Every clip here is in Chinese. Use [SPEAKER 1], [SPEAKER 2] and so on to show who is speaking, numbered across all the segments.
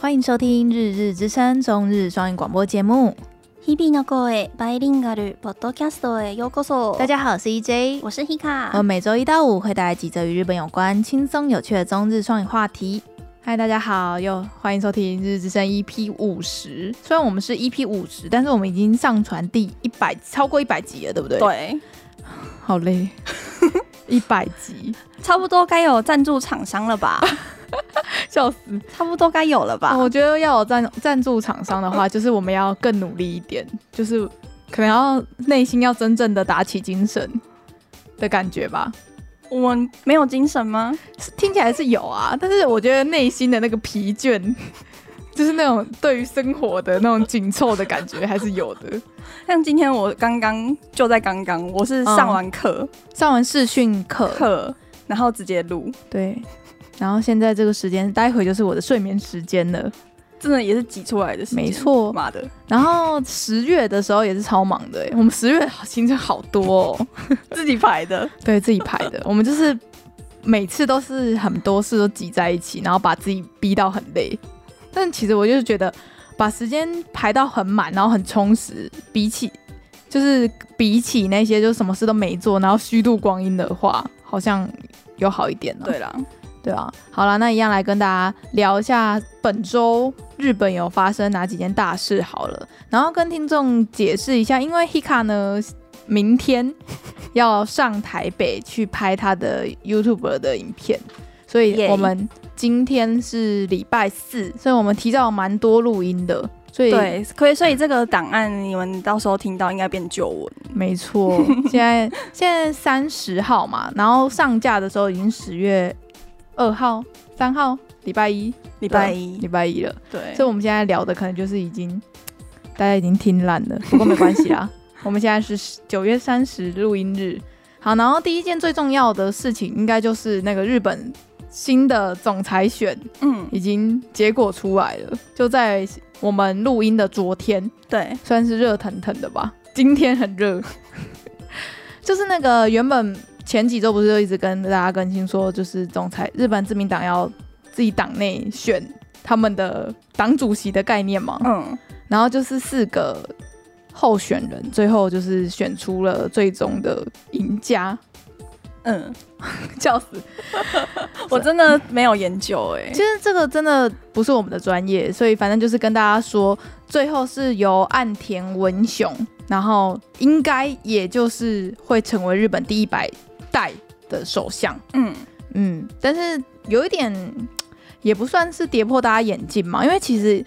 [SPEAKER 1] 欢迎收听《日日之声》中日双语广播节目。
[SPEAKER 2] 日々の声バイリンガルポッドキャストへようこそ。嗯
[SPEAKER 1] 大，家好，我是 EJ，
[SPEAKER 2] 我是
[SPEAKER 1] 我
[SPEAKER 2] Hika
[SPEAKER 1] 们。每周一到五会带来几则与日本有关、轻松有趣的中日双语话题。嗨，大家好，又欢迎收听《日日之声》EP 五十。虽然我们是 EP 五十，但是我们已经上传第一百，超过一百集了，对不对？，
[SPEAKER 2] 对，
[SPEAKER 1] 好 累，一百集，
[SPEAKER 2] 差不多该有赞助厂商了吧？
[SPEAKER 1] 笑死！
[SPEAKER 2] 差不多该有了吧？
[SPEAKER 1] 哦我觉得要有赞赞助厂商的 话，就是我们要更努力一点，就是可能要内心要真正的打起精神的感觉吧。
[SPEAKER 2] 我们没有精神吗？
[SPEAKER 1] 是听起来是有啊，但是我觉得内心的那个疲倦， 就是那种对于生活的那种紧凑的感觉还是有的。
[SPEAKER 2] 像今天我刚刚就在刚刚，我是上完课
[SPEAKER 1] 上完视讯课，
[SPEAKER 2] 课，然后直接录，
[SPEAKER 1] 对，然后现在这个时间，待会就是我的睡眠时间了。
[SPEAKER 2] 真的也是挤出来的时间。
[SPEAKER 1] 没错
[SPEAKER 2] 妈的，
[SPEAKER 1] 然后十月的时候也是超忙的欸，我们十月行程好多哦。
[SPEAKER 2] 自己排的。
[SPEAKER 1] 对自己排的， 我们就是每次都是很多事都挤在一起，然后把自己逼到很累。但其实我就是觉得，把时间排到很满，然后很充实，比起就是比起那些就什么事都没做，然后虚度光阴的话，好像有好一点哦呢、
[SPEAKER 2] 对啦，
[SPEAKER 1] 对啊，好啦，那一样来跟大家聊一下本周日本有发生哪几件大事好了，然后跟听众解释一下，因为 Hika 呢明天要上台北去拍他的 YouTube 的影片，所以
[SPEAKER 2] 耶
[SPEAKER 1] 我们今天是礼拜四，所以我们提早蛮多录音的，所以
[SPEAKER 2] 对，可以，所以这个档案你们到时候听到应该变旧文。
[SPEAKER 1] 没错，现在现在三十号嘛，然后上架的时候已经十月二号、三号，礼拜一。
[SPEAKER 2] 礼
[SPEAKER 1] 礼
[SPEAKER 2] 拜一
[SPEAKER 1] 礼，拜一了，
[SPEAKER 2] 对
[SPEAKER 1] 所以，我们现在聊的可能就是已经大家已经听烂了，不过没关系啦。我们现在是九月三十录音日，好，然后第一件最重要的事情应该就是那个日本新的总裁选
[SPEAKER 2] 嗯，
[SPEAKER 1] 已经结果出来了，就在我们录音的昨天，
[SPEAKER 2] 对，
[SPEAKER 1] 算是热腾腾的吧。今天很热， 就是那个原本前几周不是就一直跟大家更新说，就是总裁日本自民党要自己党内选他们的党主席的概念嘛，
[SPEAKER 2] 嗯，
[SPEAKER 1] 然后就是四个候选人，最后就是选出了最终的赢家，
[SPEAKER 2] 嗯，
[SPEAKER 1] 笑 死！
[SPEAKER 2] 我真的没有研究哎、
[SPEAKER 1] 其实这个真的不是我们的专业，所以反正就是跟大家说，最后是由岸田文雄，然后应该也就是会成为日本第一百代的首相。
[SPEAKER 2] 嗯，
[SPEAKER 1] 嗯，但是有一点也不算是跌破大家眼镜嘛，因为其实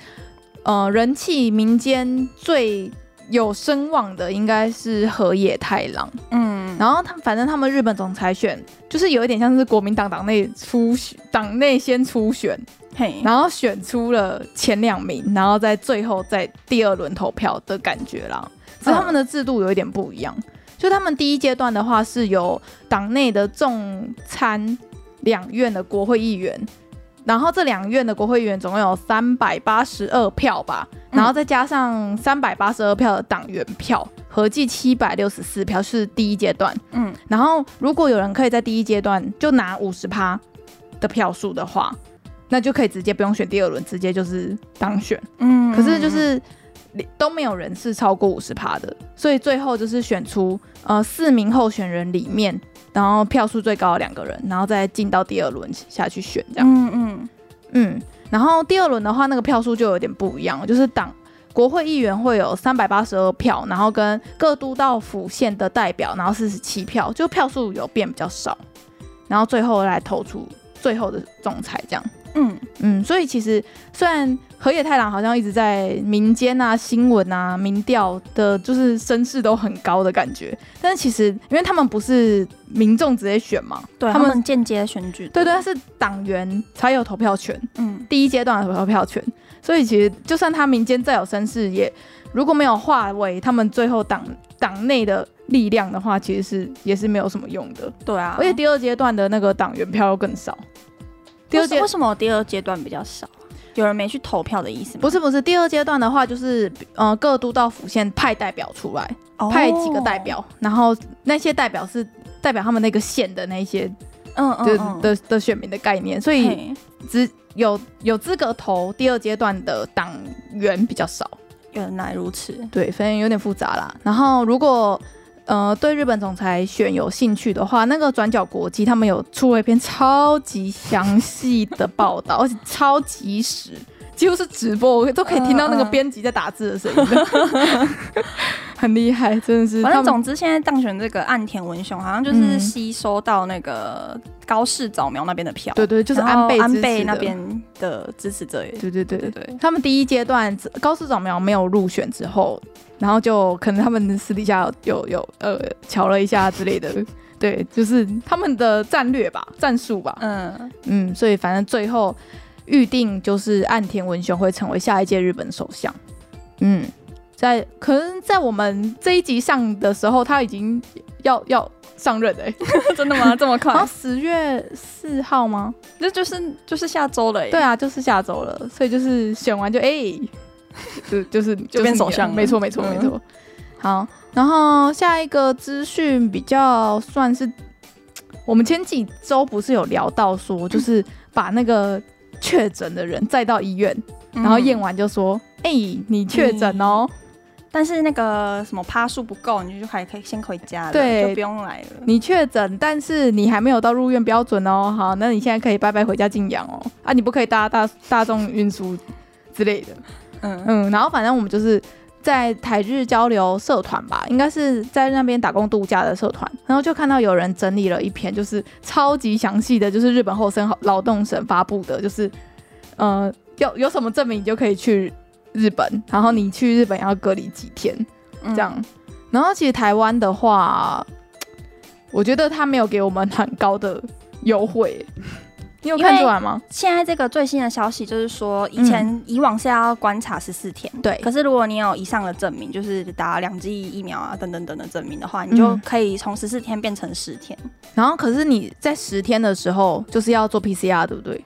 [SPEAKER 1] 呃人气民间最有声望的应该是河野太郎。
[SPEAKER 2] 嗯，
[SPEAKER 1] 然后他反正他们日本总裁选就是有一点像是国民党党内初选，党内先初选，
[SPEAKER 2] 嘿，
[SPEAKER 1] 然后选出了前两名，然后在最后在第二轮投票的感觉啦。只是他们的制度有一点不一样，就他们第一阶段的话是由党内的众参两院的国会议员，然后这两院的国会议员总共有三百八十二票吧，
[SPEAKER 2] 嗯
[SPEAKER 1] 然后再加上三百八十二票的党员票，合计七百六十四票是第一阶段。
[SPEAKER 2] 嗯，
[SPEAKER 1] 然后如果有人可以在第一阶段就拿五十趴的票数的话，那就可以直接不用选第二轮，直接就是当选。
[SPEAKER 2] 嗯，
[SPEAKER 1] 可是就是都没有人是超过五十趴的，所以最后就是选出呃四名候选人里面，然后票数最高的两个人，然后再进到第二轮下去选这样。
[SPEAKER 2] 嗯嗯
[SPEAKER 1] 嗯，然后第二轮的话，那个票数就有点不一样，就是党国会议员会有三百八十二票，然后跟各都道府县的代表，然后四十七票，就票数有变比较少，然后最后来投出最后的仲裁这样。
[SPEAKER 2] 嗯
[SPEAKER 1] 嗯，所以其实虽然河野太郎好像一直在民间啊、新闻啊、民调的，就是声势都很高的感觉，但是其实因为他们不是民众直接选嘛，
[SPEAKER 2] 对
[SPEAKER 1] 他
[SPEAKER 2] 他
[SPEAKER 1] 们
[SPEAKER 2] 们间接选举，
[SPEAKER 1] 对对，，是党员才有投票权，
[SPEAKER 2] 嗯
[SPEAKER 1] 第一阶段的投票权，所以其实就算他民间再有声势，也如果没有化为他们最后党党内的力量的话，其实是也是没有什么用的。
[SPEAKER 2] 对啊，
[SPEAKER 1] 而且第二阶段的那个党员票又更少。第二
[SPEAKER 2] 为什
[SPEAKER 1] 阶
[SPEAKER 2] 为什么第二阶段比较少啊？有人没去投票的意思吗？
[SPEAKER 1] 不是不是，第二阶段的话就是呃各都道府县派代表出来，派几个代
[SPEAKER 2] 哦，
[SPEAKER 1] 表，然后那些代表是代表他们那个县的那些
[SPEAKER 2] 嗯嗯
[SPEAKER 1] 的
[SPEAKER 2] 嗯，
[SPEAKER 1] 的的选民的概念，所以
[SPEAKER 2] 嘿
[SPEAKER 1] 只有有资格投第二阶段的党员比较少。
[SPEAKER 2] 原来如此，
[SPEAKER 1] 对，反正有点复杂啦。然后如果呃对日本总裁选有兴趣的话，那个转角国际他们有出了一篇超级详细的报道，而且超及时，几乎是直播，我都可以听到那个
[SPEAKER 2] 嗯嗯
[SPEAKER 1] 编辑在打字的声音的， 很厉害，真的是。
[SPEAKER 2] 反
[SPEAKER 1] 他
[SPEAKER 2] 正
[SPEAKER 1] 们
[SPEAKER 2] 总之现在当选这个岸田文雄，好像就
[SPEAKER 1] 嗯
[SPEAKER 2] 是吸收到那个高市早苗那边的票，
[SPEAKER 1] 对对，就是
[SPEAKER 2] 然后
[SPEAKER 1] 安倍
[SPEAKER 2] 安
[SPEAKER 1] 支持
[SPEAKER 2] 倍那
[SPEAKER 1] 的，
[SPEAKER 2] 边的支持者也，
[SPEAKER 1] 对对对
[SPEAKER 2] 对对
[SPEAKER 1] 他们第一阶段高市长苗没有入选之后，然后就可能他们私底下有有有呃瞧了一下之类的，对，就是他们的战略吧，战术吧，
[SPEAKER 2] 嗯，
[SPEAKER 1] 嗯， 所以反正最后预定就是岸田文雄会成为下一届日本首相，嗯，在可能在我们这一集上的时候，他已经要要上任了、欸，
[SPEAKER 2] 真的 吗？这
[SPEAKER 1] 好
[SPEAKER 2] 么
[SPEAKER 1] 像
[SPEAKER 2] 快？
[SPEAKER 1] 十月四号吗？
[SPEAKER 2] 这就是就是下周了耶，
[SPEAKER 1] 对啊，就是下周了，所以就是选完就哎、就就是
[SPEAKER 2] 就变首相了
[SPEAKER 1] 没错没错
[SPEAKER 2] 嗯
[SPEAKER 1] 没错。好，然后下一个资讯比较算是，我们前几周不是有聊到说，就是把那个确诊的人载到医院，
[SPEAKER 2] 嗯，
[SPEAKER 1] 然后验完就说，哎、你确诊哦，
[SPEAKER 2] 但是那个什么趴数不够，你就还可以先回家了，
[SPEAKER 1] 对
[SPEAKER 2] 就不用来了。
[SPEAKER 1] 你确诊，但是你还没有到入院标准哦，好，那你现在可以拜拜回家静养哦，啊，你不可以搭大大众运输之类的。
[SPEAKER 2] 嗯，
[SPEAKER 1] 嗯，然后反正我们就是在台日交流社团吧，应该是在那边打工度假的社团，然后就看到有人整理了一篇，就是超级详细的，就是日本厚生劳动省发布的，就是呃，有有什么证明你就可以去日本，然后你去日本要隔离几天
[SPEAKER 2] 嗯
[SPEAKER 1] 这样。然后其实台湾的话，我觉得他没有给我们很高的优 惠，你有
[SPEAKER 2] 因为
[SPEAKER 1] 看出来吗？
[SPEAKER 2] 现在这个最新的消息就是说，以前、以往是要观察十四天，
[SPEAKER 1] 嗯对
[SPEAKER 2] 可是如果你有以上的证明，就是打两剂疫苗啊等等等的证明的话，你就
[SPEAKER 1] 嗯
[SPEAKER 2] 可以从十四天变成十天。
[SPEAKER 1] 然后可是你在十天的时候就是要做 PCR，对不对？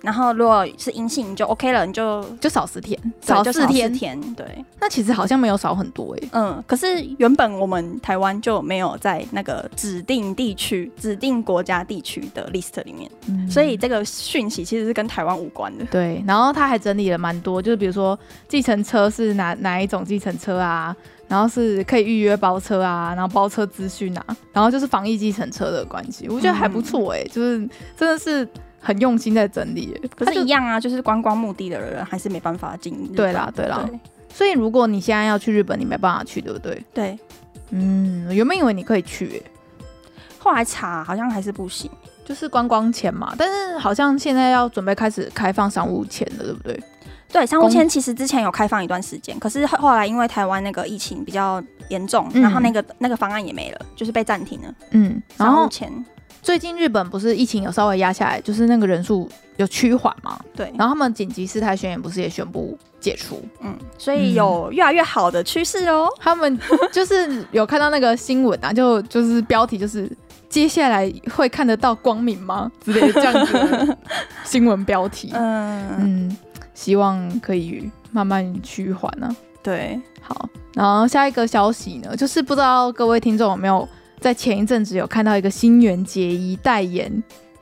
[SPEAKER 2] 然后如果是阴性，你就 OK 了，你就
[SPEAKER 1] 就少四天，
[SPEAKER 2] 对就
[SPEAKER 1] 四天。
[SPEAKER 2] 天，对，
[SPEAKER 1] 那其实好像没有少很多哎、
[SPEAKER 2] 嗯。可是原本我们台湾就没有在那个指定地区、指定国家地区的 list 里面，所以这个讯息其实是跟台湾无关的。
[SPEAKER 1] 嗯对，然后他还整理了蛮多，就是比如说计程车是哪哪一种计程车啊，然后是可以预约包车啊，然后包车资讯啊，然后就是防疫计程车的关系，我觉得还不错哎、就是真的是很用心在整理欸、
[SPEAKER 2] 可，
[SPEAKER 1] 他就是
[SPEAKER 2] 一样啊，就是观光目的的人还是没办法进日本。
[SPEAKER 1] 对啦对啦所以如果你现在要去日本，你没办法去，对不对？
[SPEAKER 2] 对，对。
[SPEAKER 1] 嗯，我原本以为你可以去、欸，
[SPEAKER 2] 后来查好像还是不行，
[SPEAKER 1] 就是观光签嘛，但是好像现在要准备开始开放商务签了，对不对？
[SPEAKER 2] 对，商务
[SPEAKER 1] 公
[SPEAKER 2] 签其实之前有开放一段时间，可是后后来因为台湾那个疫情比较严重，
[SPEAKER 1] 嗯
[SPEAKER 2] 然后那个那个方案也没了，就是被暂停了。
[SPEAKER 1] 嗯，然
[SPEAKER 2] 商务
[SPEAKER 1] 后
[SPEAKER 2] 签，
[SPEAKER 1] 最近日本不是疫情有稍微压下来，就是那个人数有趋缓嘛，
[SPEAKER 2] 对，
[SPEAKER 1] 然后他们紧急事态宣言不是也宣布解除？
[SPEAKER 2] 嗯，所以有越来越好的趋势哦。
[SPEAKER 1] 他们就是有看到那个新闻啊，就就是标题就是接下来会看得到光明吗之类的这样子的新闻标题。
[SPEAKER 2] 嗯，
[SPEAKER 1] 嗯，希望可以慢慢趋缓呢、
[SPEAKER 2] 对，
[SPEAKER 1] 好，然后下一个消息呢，就是不知道各位听众有没有在前一阵子有看到一个新垣结衣代言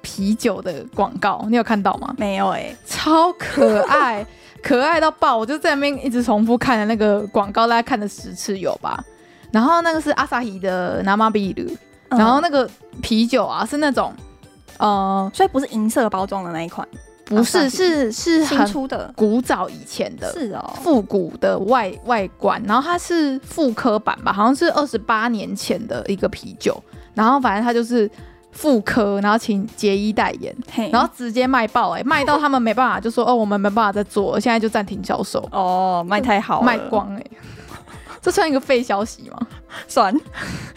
[SPEAKER 1] 啤酒的广告，你有看到吗？
[SPEAKER 2] 没有哎，
[SPEAKER 1] 超可爱， 可爱到爆！我就在那边一直重复看的那个广告，大概看了十次有吧。然后那个是阿萨希的 n a m a b i r
[SPEAKER 2] 嗯
[SPEAKER 1] 然后那个啤酒啊是那种，呃，
[SPEAKER 2] 所以不是银色包装的那一款，
[SPEAKER 1] 不是，
[SPEAKER 2] Asahi
[SPEAKER 1] 是是
[SPEAKER 2] 新
[SPEAKER 1] 很
[SPEAKER 2] 出的，
[SPEAKER 1] 古早以前的，
[SPEAKER 2] 是哦，
[SPEAKER 1] 复古的外外观，然后它是复刻版吧，好像是二十八年前的一个啤酒，然后反正它就是复刻，然后请杰一代言，
[SPEAKER 2] 嘿
[SPEAKER 1] 然后直接卖爆哎、卖到他们没办法，就说哦我们没办法再做，现在就暂停销售，
[SPEAKER 2] 哦，卖太好，
[SPEAKER 1] 卖，光哎、这算一个废消息吗？
[SPEAKER 2] 算。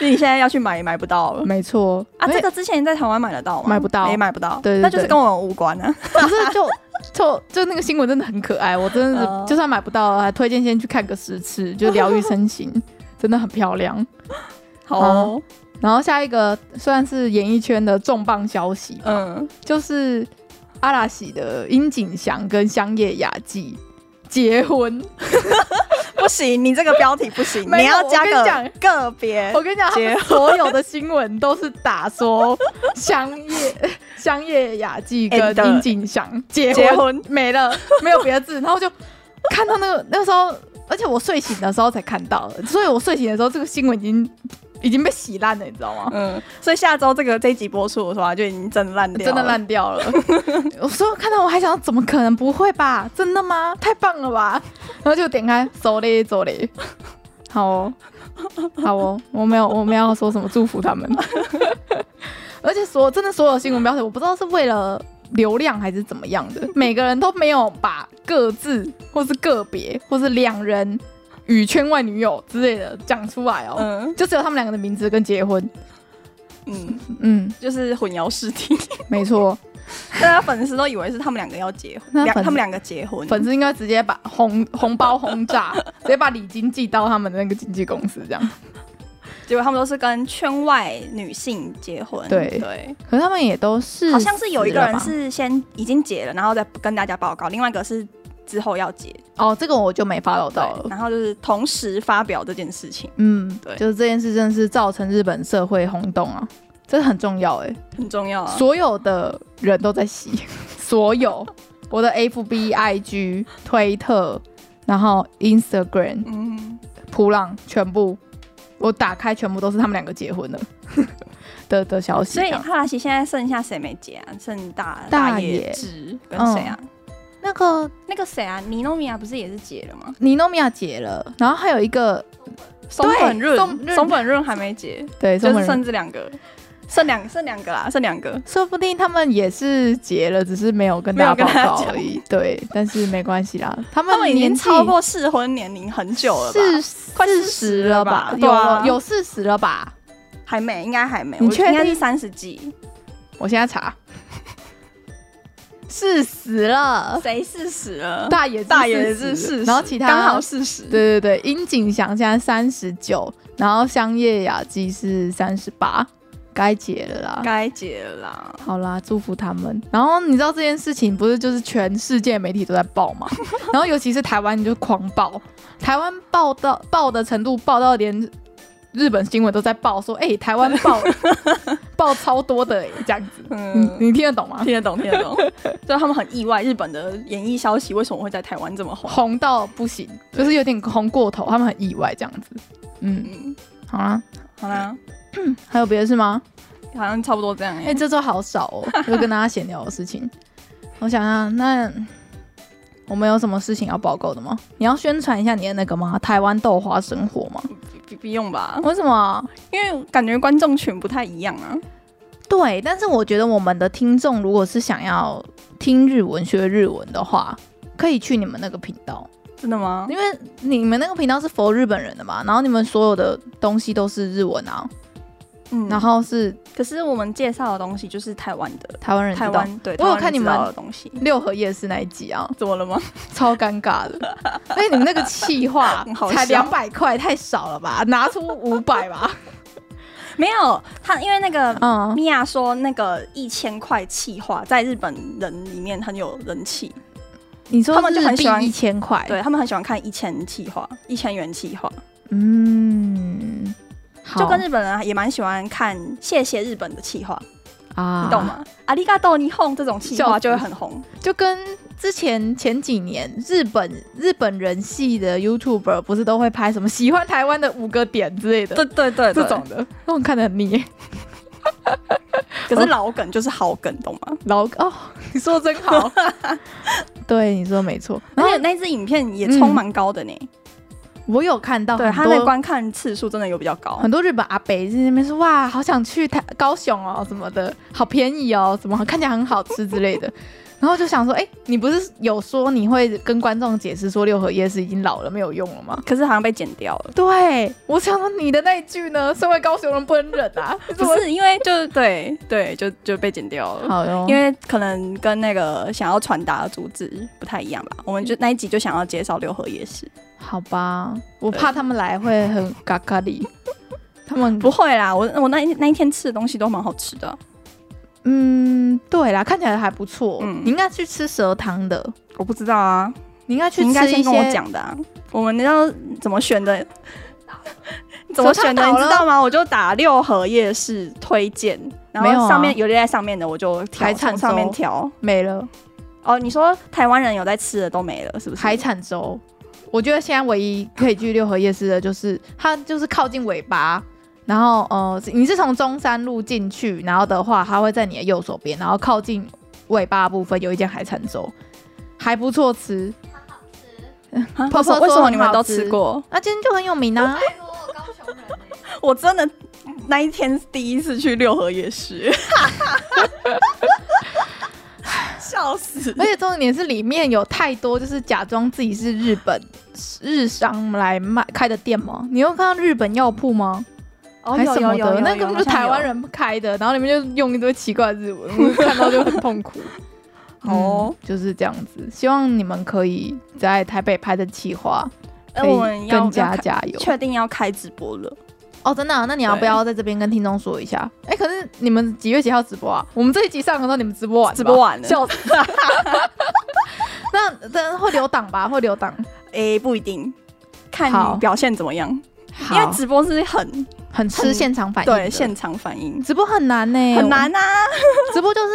[SPEAKER 2] 你现在要去买也买不到 了
[SPEAKER 1] 没错
[SPEAKER 2] 啊！
[SPEAKER 1] 没
[SPEAKER 2] 这个之前在台湾买得到吗？
[SPEAKER 1] 买不到
[SPEAKER 2] 也买不到，
[SPEAKER 1] 对对对
[SPEAKER 2] 那就是跟我们无关啊。
[SPEAKER 1] 可是就就就那个新闻真的很可爱，我真的
[SPEAKER 2] 哦
[SPEAKER 1] 是就算买不到，还推荐先去看个十次，就疗愈身心，真的很漂亮。
[SPEAKER 2] 好哦，
[SPEAKER 1] 然后下一个算是演艺圈的重磅消息吧，
[SPEAKER 2] 嗯，
[SPEAKER 1] 就是阿拉喜的樱井翔跟香叶雅纪结婚，
[SPEAKER 2] 不行，你这个标题不 行，
[SPEAKER 1] 没有
[SPEAKER 2] 你要加
[SPEAKER 1] 我跟你
[SPEAKER 2] 个
[SPEAKER 1] 讲
[SPEAKER 2] 个别
[SPEAKER 1] 我。跟你讲，他
[SPEAKER 2] 结
[SPEAKER 1] 们所有的新闻都是打说香叶香叶雅纪跟
[SPEAKER 2] And
[SPEAKER 1] 樱井翔结
[SPEAKER 2] 结婚
[SPEAKER 1] 没了，没有别的字，然后就看到那个那时候，而且我睡醒的时候才看到，所以我睡醒的时候这个新闻已经已经被洗烂了，你知道吗？
[SPEAKER 2] 嗯，所以下周这个这一集播出的话，就已经真的烂掉，
[SPEAKER 1] 真的。烂掉了。我说看到我还想，怎么可能不会吧？真的吗？太棒了吧！然后就点开，走嘞走嘞，好哦， 好哦，我没有我没有说什么祝福他们。 而且所有真的所有新闻标题，我不知道是为了流量还是怎么样的，每个人都没有把各自或是个别或是两人与圈外女友之类的讲出来哦，
[SPEAKER 2] 嗯
[SPEAKER 1] 就只有他们两个的名字跟结婚。
[SPEAKER 2] 嗯，
[SPEAKER 1] 嗯，
[SPEAKER 2] 就是混淆视听，
[SPEAKER 1] 没错。
[SPEAKER 2] 大家啊粉丝都以为是他们两个要结
[SPEAKER 1] 那
[SPEAKER 2] 婚，两
[SPEAKER 1] 粉丝
[SPEAKER 2] 他们两个结婚，
[SPEAKER 1] 粉丝应该直接把红红包轰 炸，直接把礼金寄到他们的那个经纪公司这样。
[SPEAKER 2] 结果他们都是跟圈外女性结婚。
[SPEAKER 1] 对
[SPEAKER 2] 对，
[SPEAKER 1] 可是他们也都是，
[SPEAKER 2] 好像是有一个人是先已经结了，然后再跟大家报告，另外一个是之后要结，
[SPEAKER 1] 哦，这个我就没 follow 到
[SPEAKER 2] 对，
[SPEAKER 1] 了。
[SPEAKER 2] 然后就是同时发表这件事情
[SPEAKER 1] 嗯，
[SPEAKER 2] 对
[SPEAKER 1] 就是这件事真的是造成日本社会轰动啊，这很重要哎、
[SPEAKER 2] 很重要啊。
[SPEAKER 1] 所有的人都在洗， 所有我的 FB、IG、推特，然后 Instagram、
[SPEAKER 2] 嗯，
[SPEAKER 1] 扑浪全部，我打开全部都是他们两个结婚了 的的消息这
[SPEAKER 2] 所以
[SPEAKER 1] 样。
[SPEAKER 2] 哈拉奇现在剩下谁没结啊？剩大
[SPEAKER 1] 大野
[SPEAKER 2] 野智跟谁啊？
[SPEAKER 1] 嗯那个
[SPEAKER 2] 那个谁啊，尼诺米亚不是也是结了吗？
[SPEAKER 1] 尼诺米亚结了，然后还有一个
[SPEAKER 2] 松本
[SPEAKER 1] 松
[SPEAKER 2] 润，
[SPEAKER 1] 润
[SPEAKER 2] 松本润还没结，
[SPEAKER 1] 对，松
[SPEAKER 2] 就是
[SPEAKER 1] 本人
[SPEAKER 2] 剩这两个，剩两剩两个啦，剩两个。
[SPEAKER 1] 说不定他们也是结了，只是没有跟
[SPEAKER 2] 没有
[SPEAKER 1] 大家
[SPEAKER 2] 跟
[SPEAKER 1] 报
[SPEAKER 2] 大家
[SPEAKER 1] 告
[SPEAKER 2] 讲
[SPEAKER 1] 而已。对，但是没关系啦，他
[SPEAKER 2] 他们已
[SPEAKER 1] 年
[SPEAKER 2] 经
[SPEAKER 1] 纪
[SPEAKER 2] 超过适婚年龄很久了吧？
[SPEAKER 1] 四
[SPEAKER 2] 快
[SPEAKER 1] 四
[SPEAKER 2] 40
[SPEAKER 1] 十了
[SPEAKER 2] 了
[SPEAKER 1] 吧
[SPEAKER 2] 吧？对
[SPEAKER 1] 有
[SPEAKER 2] 啊
[SPEAKER 1] 了有四十了吧？
[SPEAKER 2] 还没，应该还没。
[SPEAKER 1] 你
[SPEAKER 2] 我
[SPEAKER 1] 确
[SPEAKER 2] 应该是
[SPEAKER 1] 定
[SPEAKER 2] 三十几？
[SPEAKER 1] 我现在 查，四十了，
[SPEAKER 2] 谁四十了？
[SPEAKER 1] 大野智
[SPEAKER 2] 大野
[SPEAKER 1] 40
[SPEAKER 2] 是四十，
[SPEAKER 1] 然后其他
[SPEAKER 2] 刚好四十。
[SPEAKER 1] 对对对，樱井翔现在三十九，然后香叶雅纪是三十八，该结了啦。
[SPEAKER 2] 该结了啦。
[SPEAKER 1] 好啦，祝福他们。然后你知道这件事情不是就是全世界媒体都在报嘛？ 然后尤其是台湾，你就狂报，台湾报到报的程度，报到连日本新闻都在报说，哎、台湾报报超多的、欸，这样子，
[SPEAKER 2] 嗯，
[SPEAKER 1] 你你听得懂吗？
[SPEAKER 2] 听得懂，听得懂。所以他们很意外，日本的演艺消息为什么会在台湾这么红？
[SPEAKER 1] 红到不行，就是有点红过头，他们很意外这样子。嗯，
[SPEAKER 2] 嗯，
[SPEAKER 1] 好啦，
[SPEAKER 2] 好啦，
[SPEAKER 1] 还有别的事吗？
[SPEAKER 2] 好像差不多这样
[SPEAKER 1] 哎、
[SPEAKER 2] 哎。
[SPEAKER 1] 这周好少 哦，就跟大家闲聊的事情。我想想，那我们有什么事情要报告的吗？你要宣传一下你的那个吗？台湾豆花生活吗？
[SPEAKER 2] 不不用吧，
[SPEAKER 1] 为什么？
[SPEAKER 2] 因为感觉观众群不太一样啊。
[SPEAKER 1] 对，但是我觉得我们的听众如果是想要听日文、学日文的话，可以去你们那个频道，
[SPEAKER 2] 真的吗？
[SPEAKER 1] 因为你们那个频道是 for 日本人的嘛，然后你们所有的东西都是日文啊，
[SPEAKER 2] 嗯，
[SPEAKER 1] 然后是
[SPEAKER 2] 可是我们介绍的东西就是台湾的，
[SPEAKER 1] 台湾人知
[SPEAKER 2] 台
[SPEAKER 1] 道。
[SPEAKER 2] 湾对，
[SPEAKER 1] 我有
[SPEAKER 2] 台湾
[SPEAKER 1] 看你
[SPEAKER 2] 知道
[SPEAKER 1] 们
[SPEAKER 2] 的东西，
[SPEAKER 1] 六合夜市那一集啊，
[SPEAKER 2] 怎么 了吗？
[SPEAKER 1] 超尴尬的。 所以你们那个气话
[SPEAKER 2] 很 好
[SPEAKER 1] 才
[SPEAKER 2] 笑
[SPEAKER 1] 两百块，太少了吧？拿出五百吧。
[SPEAKER 2] 没有，他因为那个
[SPEAKER 1] 嗯，
[SPEAKER 2] 米娅说那个一千块气话在日本人里面很有人气，
[SPEAKER 1] 你说
[SPEAKER 2] 他们就很喜欢
[SPEAKER 1] 日币一千块，
[SPEAKER 2] 对他们很喜欢看一千气话、一千元气话，
[SPEAKER 1] 嗯，好
[SPEAKER 2] 就跟日本人也蛮喜欢看谢谢日本的气话，
[SPEAKER 1] 啊，
[SPEAKER 2] 你懂？吗？阿里嘎多尼哄这种气
[SPEAKER 1] 笑
[SPEAKER 2] 话
[SPEAKER 1] 死
[SPEAKER 2] 就会很红，
[SPEAKER 1] 就跟之前前几年日本日本人系的 YouTuber 不是都会拍什么喜欢台湾的五个点之类的，
[SPEAKER 2] 对对对
[SPEAKER 1] 这种，的，那种看得很腻。
[SPEAKER 2] 可是老梗就是好梗，懂吗？
[SPEAKER 1] 老哦，你说的真 好，对，你说得没错。然
[SPEAKER 2] 而
[SPEAKER 1] 后
[SPEAKER 2] 且那支影片也冲蛮高的呢，
[SPEAKER 1] 我有看到
[SPEAKER 2] 对
[SPEAKER 1] 嗯很
[SPEAKER 2] 他
[SPEAKER 1] 多
[SPEAKER 2] 的观看次数真的有比较高
[SPEAKER 1] 很，多日本阿北在那边说哇，好想去台高雄哦，什么的，好便宜哦，什么看起来很好吃之类的。然后就想说，哎、你不是有说你会跟观众解释说六合夜市已经老了没有用了吗？
[SPEAKER 2] 可是好像被剪掉 了。
[SPEAKER 1] 对，我想说你的那一句呢，身为高雄人不能忍啊，你怎
[SPEAKER 2] 不
[SPEAKER 1] 么
[SPEAKER 2] 是因为就对对就就被剪掉了，
[SPEAKER 1] 好哟
[SPEAKER 2] 因为可能跟那个想要传达的主旨不太一样吧。我们就那一集就想要介绍六合夜市，
[SPEAKER 1] 好吧，我怕他们来会很嘎嘎里，他们
[SPEAKER 2] 不会啦，我我那一那一天吃的东西都蛮好吃的，
[SPEAKER 1] 嗯，对啦，看起来还不错，
[SPEAKER 2] 嗯
[SPEAKER 1] 你应该去吃蛇汤的，
[SPEAKER 2] 我不知道啊，
[SPEAKER 1] 你应该去
[SPEAKER 2] 你应该
[SPEAKER 1] 吃
[SPEAKER 2] 先
[SPEAKER 1] 一
[SPEAKER 2] 跟我
[SPEAKER 1] 些
[SPEAKER 2] 讲的啊，我们要怎么 选的？怎么选的？你知道吗？我就打六合夜市推荐，然
[SPEAKER 1] 没有
[SPEAKER 2] 后
[SPEAKER 1] 啊
[SPEAKER 2] 上面有列在上面的，我就
[SPEAKER 1] 海
[SPEAKER 2] 挑
[SPEAKER 1] 产
[SPEAKER 2] 从上面
[SPEAKER 1] 粥
[SPEAKER 2] 挑。
[SPEAKER 1] 没了。
[SPEAKER 2] 哦，你说台湾人有在吃的都没了，是不是？
[SPEAKER 1] 海产粥，我觉得现在唯一可以去六合夜市的就是它就是靠近尾巴，然后呃，你是从中山路进去，然后的话，它会在你的右手边，然后靠近尾巴的部分有一间海产粥，还不错吃。
[SPEAKER 2] 啊
[SPEAKER 1] 婆
[SPEAKER 2] 为什
[SPEAKER 1] 婆
[SPEAKER 2] 么为什
[SPEAKER 1] 说
[SPEAKER 2] 么
[SPEAKER 1] 很
[SPEAKER 2] 你们
[SPEAKER 1] 好
[SPEAKER 2] 都
[SPEAKER 1] 吃
[SPEAKER 2] 吃过？
[SPEAKER 1] 那、今天就很有名 啊，
[SPEAKER 3] 拜托，我高雄人欸
[SPEAKER 2] 我真的那一天第一次去六合夜市， 笑死！
[SPEAKER 1] 而且重点是里面有太多就是假装自己是日本日商来卖开的店吗？你有看到日本药铺吗？
[SPEAKER 2] 哦
[SPEAKER 1] 还什么的，那根本就台湾。
[SPEAKER 2] 有有有好像有
[SPEAKER 1] 人开的，然后里面就用一堆奇怪的日文，我看到就很痛苦。
[SPEAKER 2] 哦
[SPEAKER 1] 嗯就是这样子。希望你们可以在台北拍的企划，
[SPEAKER 2] 哎
[SPEAKER 1] 可
[SPEAKER 2] 我们
[SPEAKER 1] 以
[SPEAKER 2] 要
[SPEAKER 1] 更加
[SPEAKER 2] 要
[SPEAKER 1] 加油。
[SPEAKER 2] 确定要开直播了，
[SPEAKER 1] 哦，真的啊、那你要不
[SPEAKER 2] 对
[SPEAKER 1] 要在这边跟听众说一下？哎、可是你们几月几号直播啊？我们这一集上的时候，你们直播完吧
[SPEAKER 2] 直播完了
[SPEAKER 1] 笑死。 那但会留档吧？会留档。
[SPEAKER 2] 哎，不一定，看
[SPEAKER 1] 好
[SPEAKER 2] 你表现怎么样。因
[SPEAKER 1] 好
[SPEAKER 2] 为直播是很
[SPEAKER 1] 很吃
[SPEAKER 2] 很
[SPEAKER 1] 现场反应的，
[SPEAKER 2] 对现场反应
[SPEAKER 1] 直播很难呢、
[SPEAKER 2] 很难啊，
[SPEAKER 1] 直播就是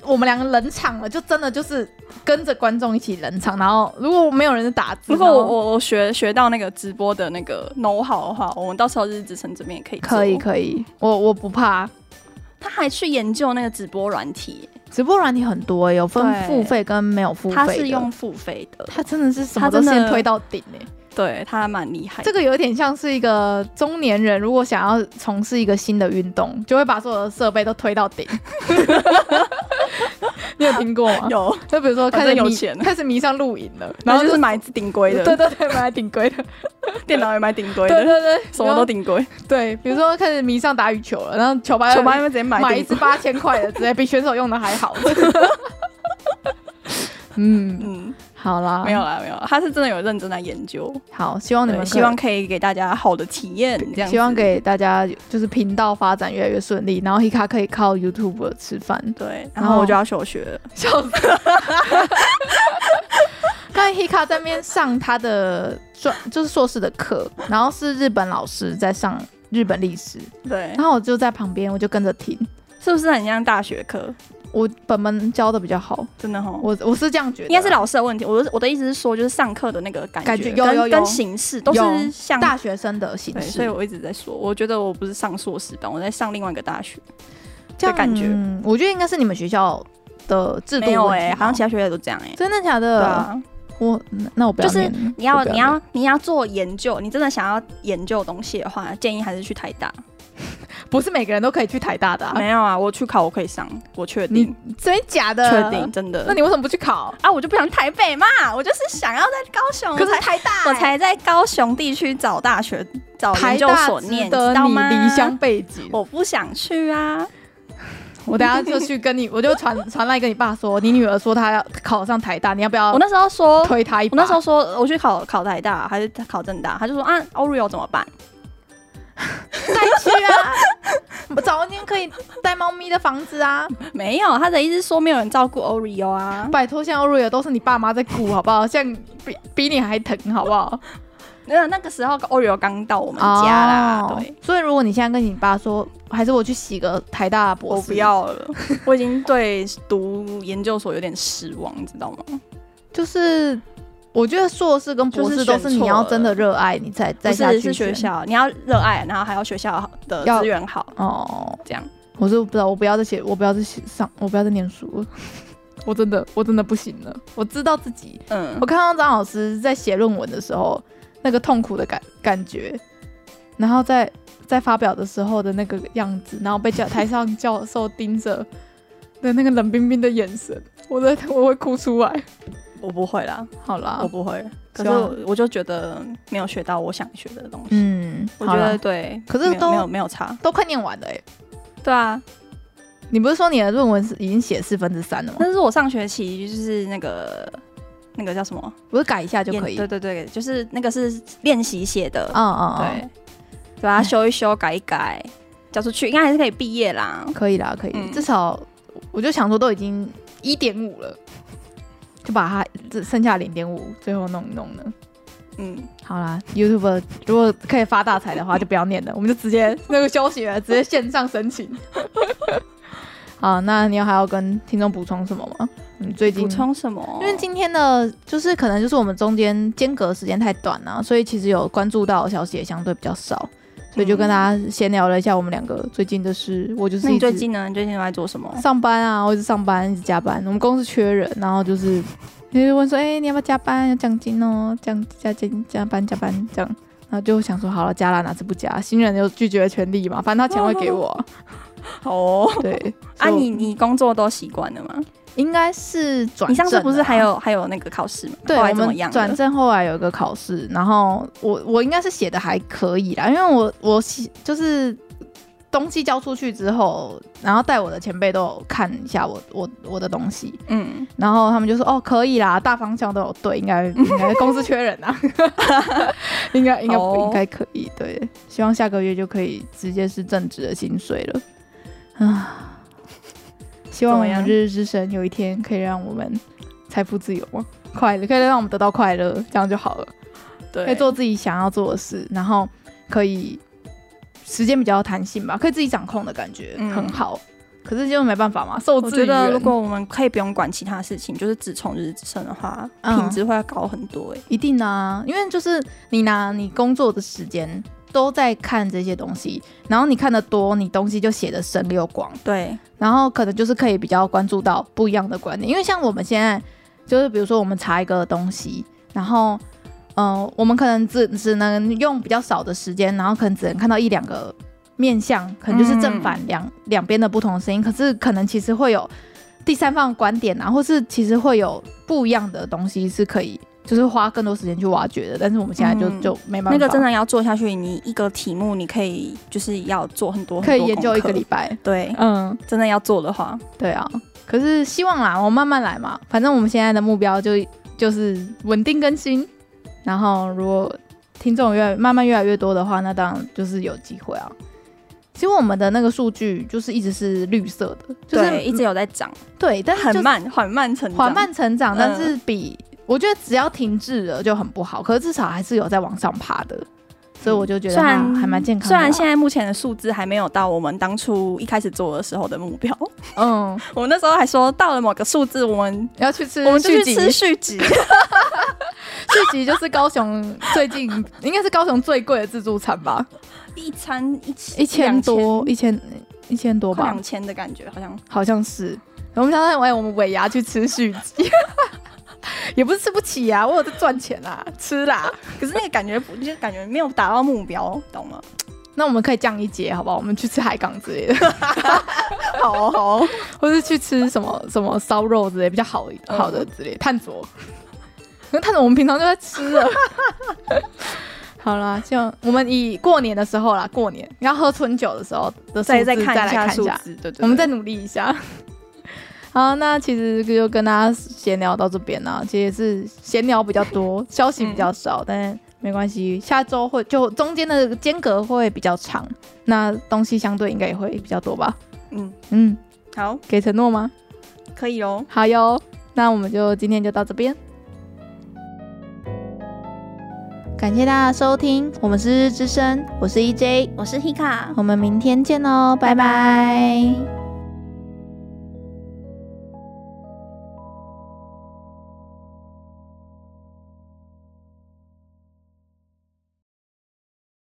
[SPEAKER 1] 我们两个冷场了，就真的就是跟着观众一起冷场，然后如果没有人打字，
[SPEAKER 2] 如果我
[SPEAKER 1] 然后
[SPEAKER 2] 我我学学到那个直播的那个 know how 的话，我们到时候日子城这边也可以做
[SPEAKER 1] 可以可以，我我不怕。
[SPEAKER 2] 他还去研究那个直播软体，
[SPEAKER 1] 直播软体很多、有分
[SPEAKER 2] 对
[SPEAKER 1] 付费跟没有付费
[SPEAKER 2] 他
[SPEAKER 1] 的
[SPEAKER 2] 是用付费的，
[SPEAKER 1] 他真的是什么
[SPEAKER 2] 他
[SPEAKER 1] 都
[SPEAKER 2] 真的
[SPEAKER 1] 先推到顶哎、
[SPEAKER 2] 对他蛮厉害的。
[SPEAKER 1] 这个有点像是一个中年人，如果想要从事一个新的运动，就会把所有的设备都推 到顶。你有听过吗？
[SPEAKER 2] 有，
[SPEAKER 1] 就比如说开始
[SPEAKER 2] 反正有
[SPEAKER 1] 迷
[SPEAKER 2] 钱
[SPEAKER 1] 开始迷上露营了，
[SPEAKER 2] 然
[SPEAKER 1] 然后
[SPEAKER 2] 后就是
[SPEAKER 1] 是
[SPEAKER 2] 买顶规的，
[SPEAKER 1] 对对对，买挺贵的，
[SPEAKER 2] 电脑也买顶规
[SPEAKER 1] 对
[SPEAKER 2] 的，
[SPEAKER 1] 对对，
[SPEAKER 2] 什么都顶规，
[SPEAKER 1] 对，比如说开始迷上打羽球了，然后球拍
[SPEAKER 2] 球拍那边直接买
[SPEAKER 1] 买一
[SPEAKER 2] 顶
[SPEAKER 1] 支八千块的，直接比选手用的还 好。嗯，
[SPEAKER 2] 嗯，
[SPEAKER 1] 好啦，
[SPEAKER 2] 没有啦，没有啦，他是真的有认真在研究，
[SPEAKER 1] 好，希望你
[SPEAKER 2] 对
[SPEAKER 1] 们可
[SPEAKER 2] 希望可以给大家好的体验，这样
[SPEAKER 1] 希望
[SPEAKER 2] 子
[SPEAKER 1] 给大家就是频道发展越来越顺利，然后 Hika 可以靠 YouTube 吃饭。
[SPEAKER 2] 对，
[SPEAKER 1] 然
[SPEAKER 2] 然
[SPEAKER 1] 后
[SPEAKER 2] 后我就要休学了，
[SPEAKER 1] 笑 死！刚才 Hika 在那边上他的专就是硕士的课，然后是日本老师在上日本历史，
[SPEAKER 2] 对
[SPEAKER 1] 然，后我就在旁边，我就跟着听。
[SPEAKER 2] 是不是很像大学课？
[SPEAKER 1] 我本门教的比较好，
[SPEAKER 2] 真的哈。
[SPEAKER 1] 我我是这样觉得啊，
[SPEAKER 2] 嗯应该是老师的问题，我的我的意思是说，就是上课的那个感
[SPEAKER 1] 感觉
[SPEAKER 2] 觉
[SPEAKER 1] 有
[SPEAKER 2] 跟
[SPEAKER 1] 有有
[SPEAKER 2] 跟形式都
[SPEAKER 1] 有
[SPEAKER 2] 是像
[SPEAKER 1] 大学生的形
[SPEAKER 2] 对，
[SPEAKER 1] 式，
[SPEAKER 2] 所以我一直在说，我觉得我不是上硕士班，我在上另外一个大学，
[SPEAKER 1] 这样
[SPEAKER 2] 的感觉
[SPEAKER 1] 嗯我觉得应该是你们学校的制度
[SPEAKER 2] 没有
[SPEAKER 1] 问题
[SPEAKER 2] 哎、
[SPEAKER 1] 吧
[SPEAKER 2] 好像其他学校都这样哎、
[SPEAKER 1] 真的假
[SPEAKER 2] 对
[SPEAKER 1] 的？
[SPEAKER 2] 啊，
[SPEAKER 1] 我那我不要
[SPEAKER 2] 就是
[SPEAKER 1] 念了
[SPEAKER 2] 你要
[SPEAKER 1] 我不
[SPEAKER 2] 你
[SPEAKER 1] 念
[SPEAKER 2] 要你要做研究，你真的想要研究东西的话，建议还是去台大。
[SPEAKER 1] 不是每个人都可以去台大的、啊，
[SPEAKER 2] 没有啊，我去考我可以上，我确定，
[SPEAKER 1] 真的假的？
[SPEAKER 2] 确定，？真的。
[SPEAKER 1] 那你为什么不去考？
[SPEAKER 2] 啊，我就不想台北嘛，我就是想要在高雄，
[SPEAKER 1] 可是
[SPEAKER 2] 我才
[SPEAKER 1] 台大欸
[SPEAKER 2] 我才在高雄地区找大学找
[SPEAKER 1] 台
[SPEAKER 2] 研究
[SPEAKER 1] 大
[SPEAKER 2] 所
[SPEAKER 1] 值
[SPEAKER 2] 念，
[SPEAKER 1] 得
[SPEAKER 2] 知道
[SPEAKER 1] 你
[SPEAKER 2] 吗？
[SPEAKER 1] 离乡背景。我
[SPEAKER 2] 我不想去啊，
[SPEAKER 1] 等下就去跟你，我就传 传来跟你爸说，你女儿说她要考上台大，你要不要
[SPEAKER 2] 我那时候说
[SPEAKER 1] 哦推她一
[SPEAKER 2] 我
[SPEAKER 1] 把？
[SPEAKER 2] 那时候说我去考考台大还是考正大，他就说啊，Oreo 怎么办？
[SPEAKER 1] 再去啊， 我找一间可以带猫咪的房子啊。
[SPEAKER 2] 没有，他的意思是说没有人照顾 Oreo 啊。
[SPEAKER 1] 拜托，现在欧瑞尔都是你爸妈在顾，好不好？像比比你还疼，好不好？
[SPEAKER 2] 那那个时候 Oreo 刚到 我们家啦，
[SPEAKER 1] 哦
[SPEAKER 2] 对。。
[SPEAKER 1] 所以如果你现在跟你爸说，还是我去洗个台大博士，
[SPEAKER 2] 我不，要了，我已经对读研究所有点失望，你知道吗？
[SPEAKER 1] 就是我觉得硕士跟博士都是
[SPEAKER 2] 就是选
[SPEAKER 1] 你
[SPEAKER 2] 错
[SPEAKER 1] 要真的热爱，你才再
[SPEAKER 2] 不
[SPEAKER 1] 下去
[SPEAKER 2] 是是学
[SPEAKER 1] 选
[SPEAKER 2] 校，你要热爱，然后还要学校的
[SPEAKER 1] 要
[SPEAKER 2] 资源好，
[SPEAKER 1] 哦。
[SPEAKER 2] 这样。
[SPEAKER 1] 我是不知道，我不要再写，我不要再写上，我不要再念书 了。我真的，我真的不行了。我知道自己，
[SPEAKER 2] 嗯
[SPEAKER 1] 我，看到张老师在写论文的时候那个痛苦的感感觉，然后在在发表的时候的那个样子，然后被教台上教授盯着的那个冷冰冰的眼神，我在我会哭出来。
[SPEAKER 2] 我不会啦，
[SPEAKER 1] 好啦
[SPEAKER 2] 我，不会。可
[SPEAKER 1] 希
[SPEAKER 2] 是
[SPEAKER 1] 望
[SPEAKER 2] 我我就觉得没有学到我想学的东西，
[SPEAKER 1] 嗯，
[SPEAKER 2] 我
[SPEAKER 1] 好
[SPEAKER 2] 觉
[SPEAKER 1] 啦
[SPEAKER 2] 得对，
[SPEAKER 1] 可是
[SPEAKER 2] 没有
[SPEAKER 1] 都哦
[SPEAKER 2] 没有没有差，
[SPEAKER 1] 都快念完了哎、
[SPEAKER 2] 对啊，
[SPEAKER 1] 你不是说你的论文是已经写四分之三了吗？
[SPEAKER 2] 那是我上学期就是那个那个叫什么
[SPEAKER 1] 我就改一下就
[SPEAKER 2] 演
[SPEAKER 1] 可以。
[SPEAKER 2] 对对对，就是那个是练习写的，
[SPEAKER 1] 嗯嗯嗯，
[SPEAKER 2] 对，对啊，修一修，改一改，交出去应该还是可以毕业啦。
[SPEAKER 1] 可以啦，可以，
[SPEAKER 2] 嗯
[SPEAKER 1] 至少我就想说都已经一点五了，就把它只剩下零点五，最后弄一弄呢。
[SPEAKER 2] 嗯，
[SPEAKER 1] 好啦，YouTube 如果可以发大财的话，就不要念了，我们就直接那个休息了，直接线上申 请。好，那你有还要跟听众补充什么吗？嗯，最近
[SPEAKER 2] 补，充什么？
[SPEAKER 1] 因为今天的就是可能就是我们中间间隔时间太短了、所以其实有关注到的消息也相对比较少，所以就跟大家闲聊了一下我们两个最近的事。我就是
[SPEAKER 2] 那你
[SPEAKER 1] 一直
[SPEAKER 2] 最近呢？你最近都在 做什么？
[SPEAKER 1] 上班啊，我一直上班，一直加班。我们公司缺人，然后就是你就问说，哎、你要不要加班？有奖金哦，奖加金加班加班这样。然后就想说，好了，加啦，哪次不加？新人有拒绝的权利嘛，反正他钱会给我 啊、
[SPEAKER 2] 哦，
[SPEAKER 1] 对，
[SPEAKER 2] 啊，
[SPEAKER 1] 所以我
[SPEAKER 2] 你你工作都习惯了吗？
[SPEAKER 1] 应该是转、
[SPEAKER 2] 你上次不是还？有还有那个考试吗？
[SPEAKER 1] 啊对，
[SPEAKER 2] 后来
[SPEAKER 1] 我
[SPEAKER 2] 怎么
[SPEAKER 1] 们
[SPEAKER 2] 样了？
[SPEAKER 1] 转正后来有一个考试，然后我我应该是写的还可以啦，因为我我写就是东西交出去之后，然后带我的前辈都有看一下我我我的东西，
[SPEAKER 2] 嗯，
[SPEAKER 1] 然后他们就说哦可以啦，大方向都有对，应 该应该公司缺人啊， 应该应该、
[SPEAKER 2] 哦
[SPEAKER 1] 应该可以，对，希望下个月就可以直接是正职的薪水了啊，希望我
[SPEAKER 2] 怎么
[SPEAKER 1] 们
[SPEAKER 2] 样
[SPEAKER 1] 日日之神有一天可以让我们财富自由啊，快乐可以让我们得到快乐，这样就好了，
[SPEAKER 2] 对，
[SPEAKER 1] 可以做自己想要做的事，然后可以时间比较弹性吧，可以自己掌控的感觉、
[SPEAKER 2] 嗯
[SPEAKER 1] 很好，可是就没办法嘛，受
[SPEAKER 2] 我
[SPEAKER 1] 制
[SPEAKER 2] 觉
[SPEAKER 1] 于
[SPEAKER 2] 得如
[SPEAKER 1] 人。啊
[SPEAKER 2] 果我们可以不用管其他事情，就是只从日子生的话，
[SPEAKER 1] 嗯
[SPEAKER 2] 品质会高很多、欸。
[SPEAKER 1] 一定啊，因为就是你拿你工作的时间都在看这些东西，然后你看的多，你东西就写的深溜广，
[SPEAKER 2] 对，
[SPEAKER 1] 然后可能就是可以比较关注到不一样的观点，因为像我们现在就是比如说我们查一个东西，然后嗯、呃我们可能只只能用比较少的时间，然后可能只能看到一两个面向，可能就是正反
[SPEAKER 2] 嗯
[SPEAKER 1] 两两边的不同的声音，可是可能其实会有第三方的观点啊，或是其实会有不一样的东西是可以。就是花更多时间去挖掘的，但是我们现在就、
[SPEAKER 2] 嗯
[SPEAKER 1] 就没办法，
[SPEAKER 2] 那个真的要做下去，你一个题目你可以就是要做很多，
[SPEAKER 1] 可以
[SPEAKER 2] 很多
[SPEAKER 1] 研究一个
[SPEAKER 2] 功
[SPEAKER 1] 礼
[SPEAKER 2] 课。
[SPEAKER 1] 拜。
[SPEAKER 2] 对，
[SPEAKER 1] 嗯，
[SPEAKER 2] 真的要做的话，
[SPEAKER 1] 对啊，可是希望啦，我慢慢来嘛。反正我们现在的目标就就是稳定更新，然后如果听众越慢慢越来越多的话，那当然就是有机会啊。其实我们的那个数据就是一直是绿色的，就是嗯
[SPEAKER 2] 对，一直有在涨，
[SPEAKER 1] 对，但是就是
[SPEAKER 2] 很慢，缓慢成长，
[SPEAKER 1] 缓慢成长，但
[SPEAKER 2] 嗯
[SPEAKER 1] 是比、我觉得只要停滞了就很不好，可是至少还是有在往上爬的，所以我就觉得啊
[SPEAKER 2] 虽然
[SPEAKER 1] 还还蛮健康的
[SPEAKER 2] 虽
[SPEAKER 1] 啦。
[SPEAKER 2] 然现在目前的数字还没有到我们当初一开始做的时候的目标，
[SPEAKER 1] 嗯
[SPEAKER 2] 我们那时候还说到了某个数字，我们
[SPEAKER 1] 要去吃
[SPEAKER 2] 我们就
[SPEAKER 1] 续
[SPEAKER 2] 去
[SPEAKER 1] 集
[SPEAKER 2] 吃续集。
[SPEAKER 1] 这集就是高雄最近应该是高雄最贵的自助餐吧，
[SPEAKER 2] 一餐一千
[SPEAKER 1] 一千多，一千一千多
[SPEAKER 2] 快
[SPEAKER 1] 吧
[SPEAKER 2] 两，千的感觉，好像
[SPEAKER 1] 好像是。我们想想，哎，我们尾牙去吃续集， 也不是吃不起呀、啊，我有在赚钱啊，吃啦。
[SPEAKER 2] 可是那个感觉不，就是感觉没有达到目标，懂吗？
[SPEAKER 1] 那我们可以降一节，好不好？我们去吃海港之类的，
[SPEAKER 2] 好哦好哦，
[SPEAKER 1] 或是去吃什 么什么烧肉之类比较好
[SPEAKER 2] 嗯
[SPEAKER 1] 好的之类，探索。
[SPEAKER 2] 哦
[SPEAKER 1] 可是探索我们平常就在吃了。 好啦，就我们以过年的时候啦，过年你要喝春酒的时候的数
[SPEAKER 2] 再
[SPEAKER 1] 字
[SPEAKER 2] 再
[SPEAKER 1] 再
[SPEAKER 2] 看
[SPEAKER 1] 来
[SPEAKER 2] 一下
[SPEAKER 1] 看一
[SPEAKER 2] 数
[SPEAKER 1] 下，
[SPEAKER 2] 字，对对对
[SPEAKER 1] 我们再努力一下。 好，那其实就跟大家闲聊到这边啦、其实也是闲聊比较多，消息比较
[SPEAKER 2] 嗯
[SPEAKER 1] 少，但没关系，下周会就中间的间隔会比较长，那东西相对应该也会比较多吧。
[SPEAKER 2] 嗯，
[SPEAKER 1] 嗯，
[SPEAKER 2] 好，
[SPEAKER 1] 给承诺吗？
[SPEAKER 2] 可以哦。
[SPEAKER 1] 好哟，那我们就今天就到这边。感谢大家收听，我们是日之声，我是 EJ，
[SPEAKER 2] 我是 Hika，
[SPEAKER 1] 我们明天见哦，拜拜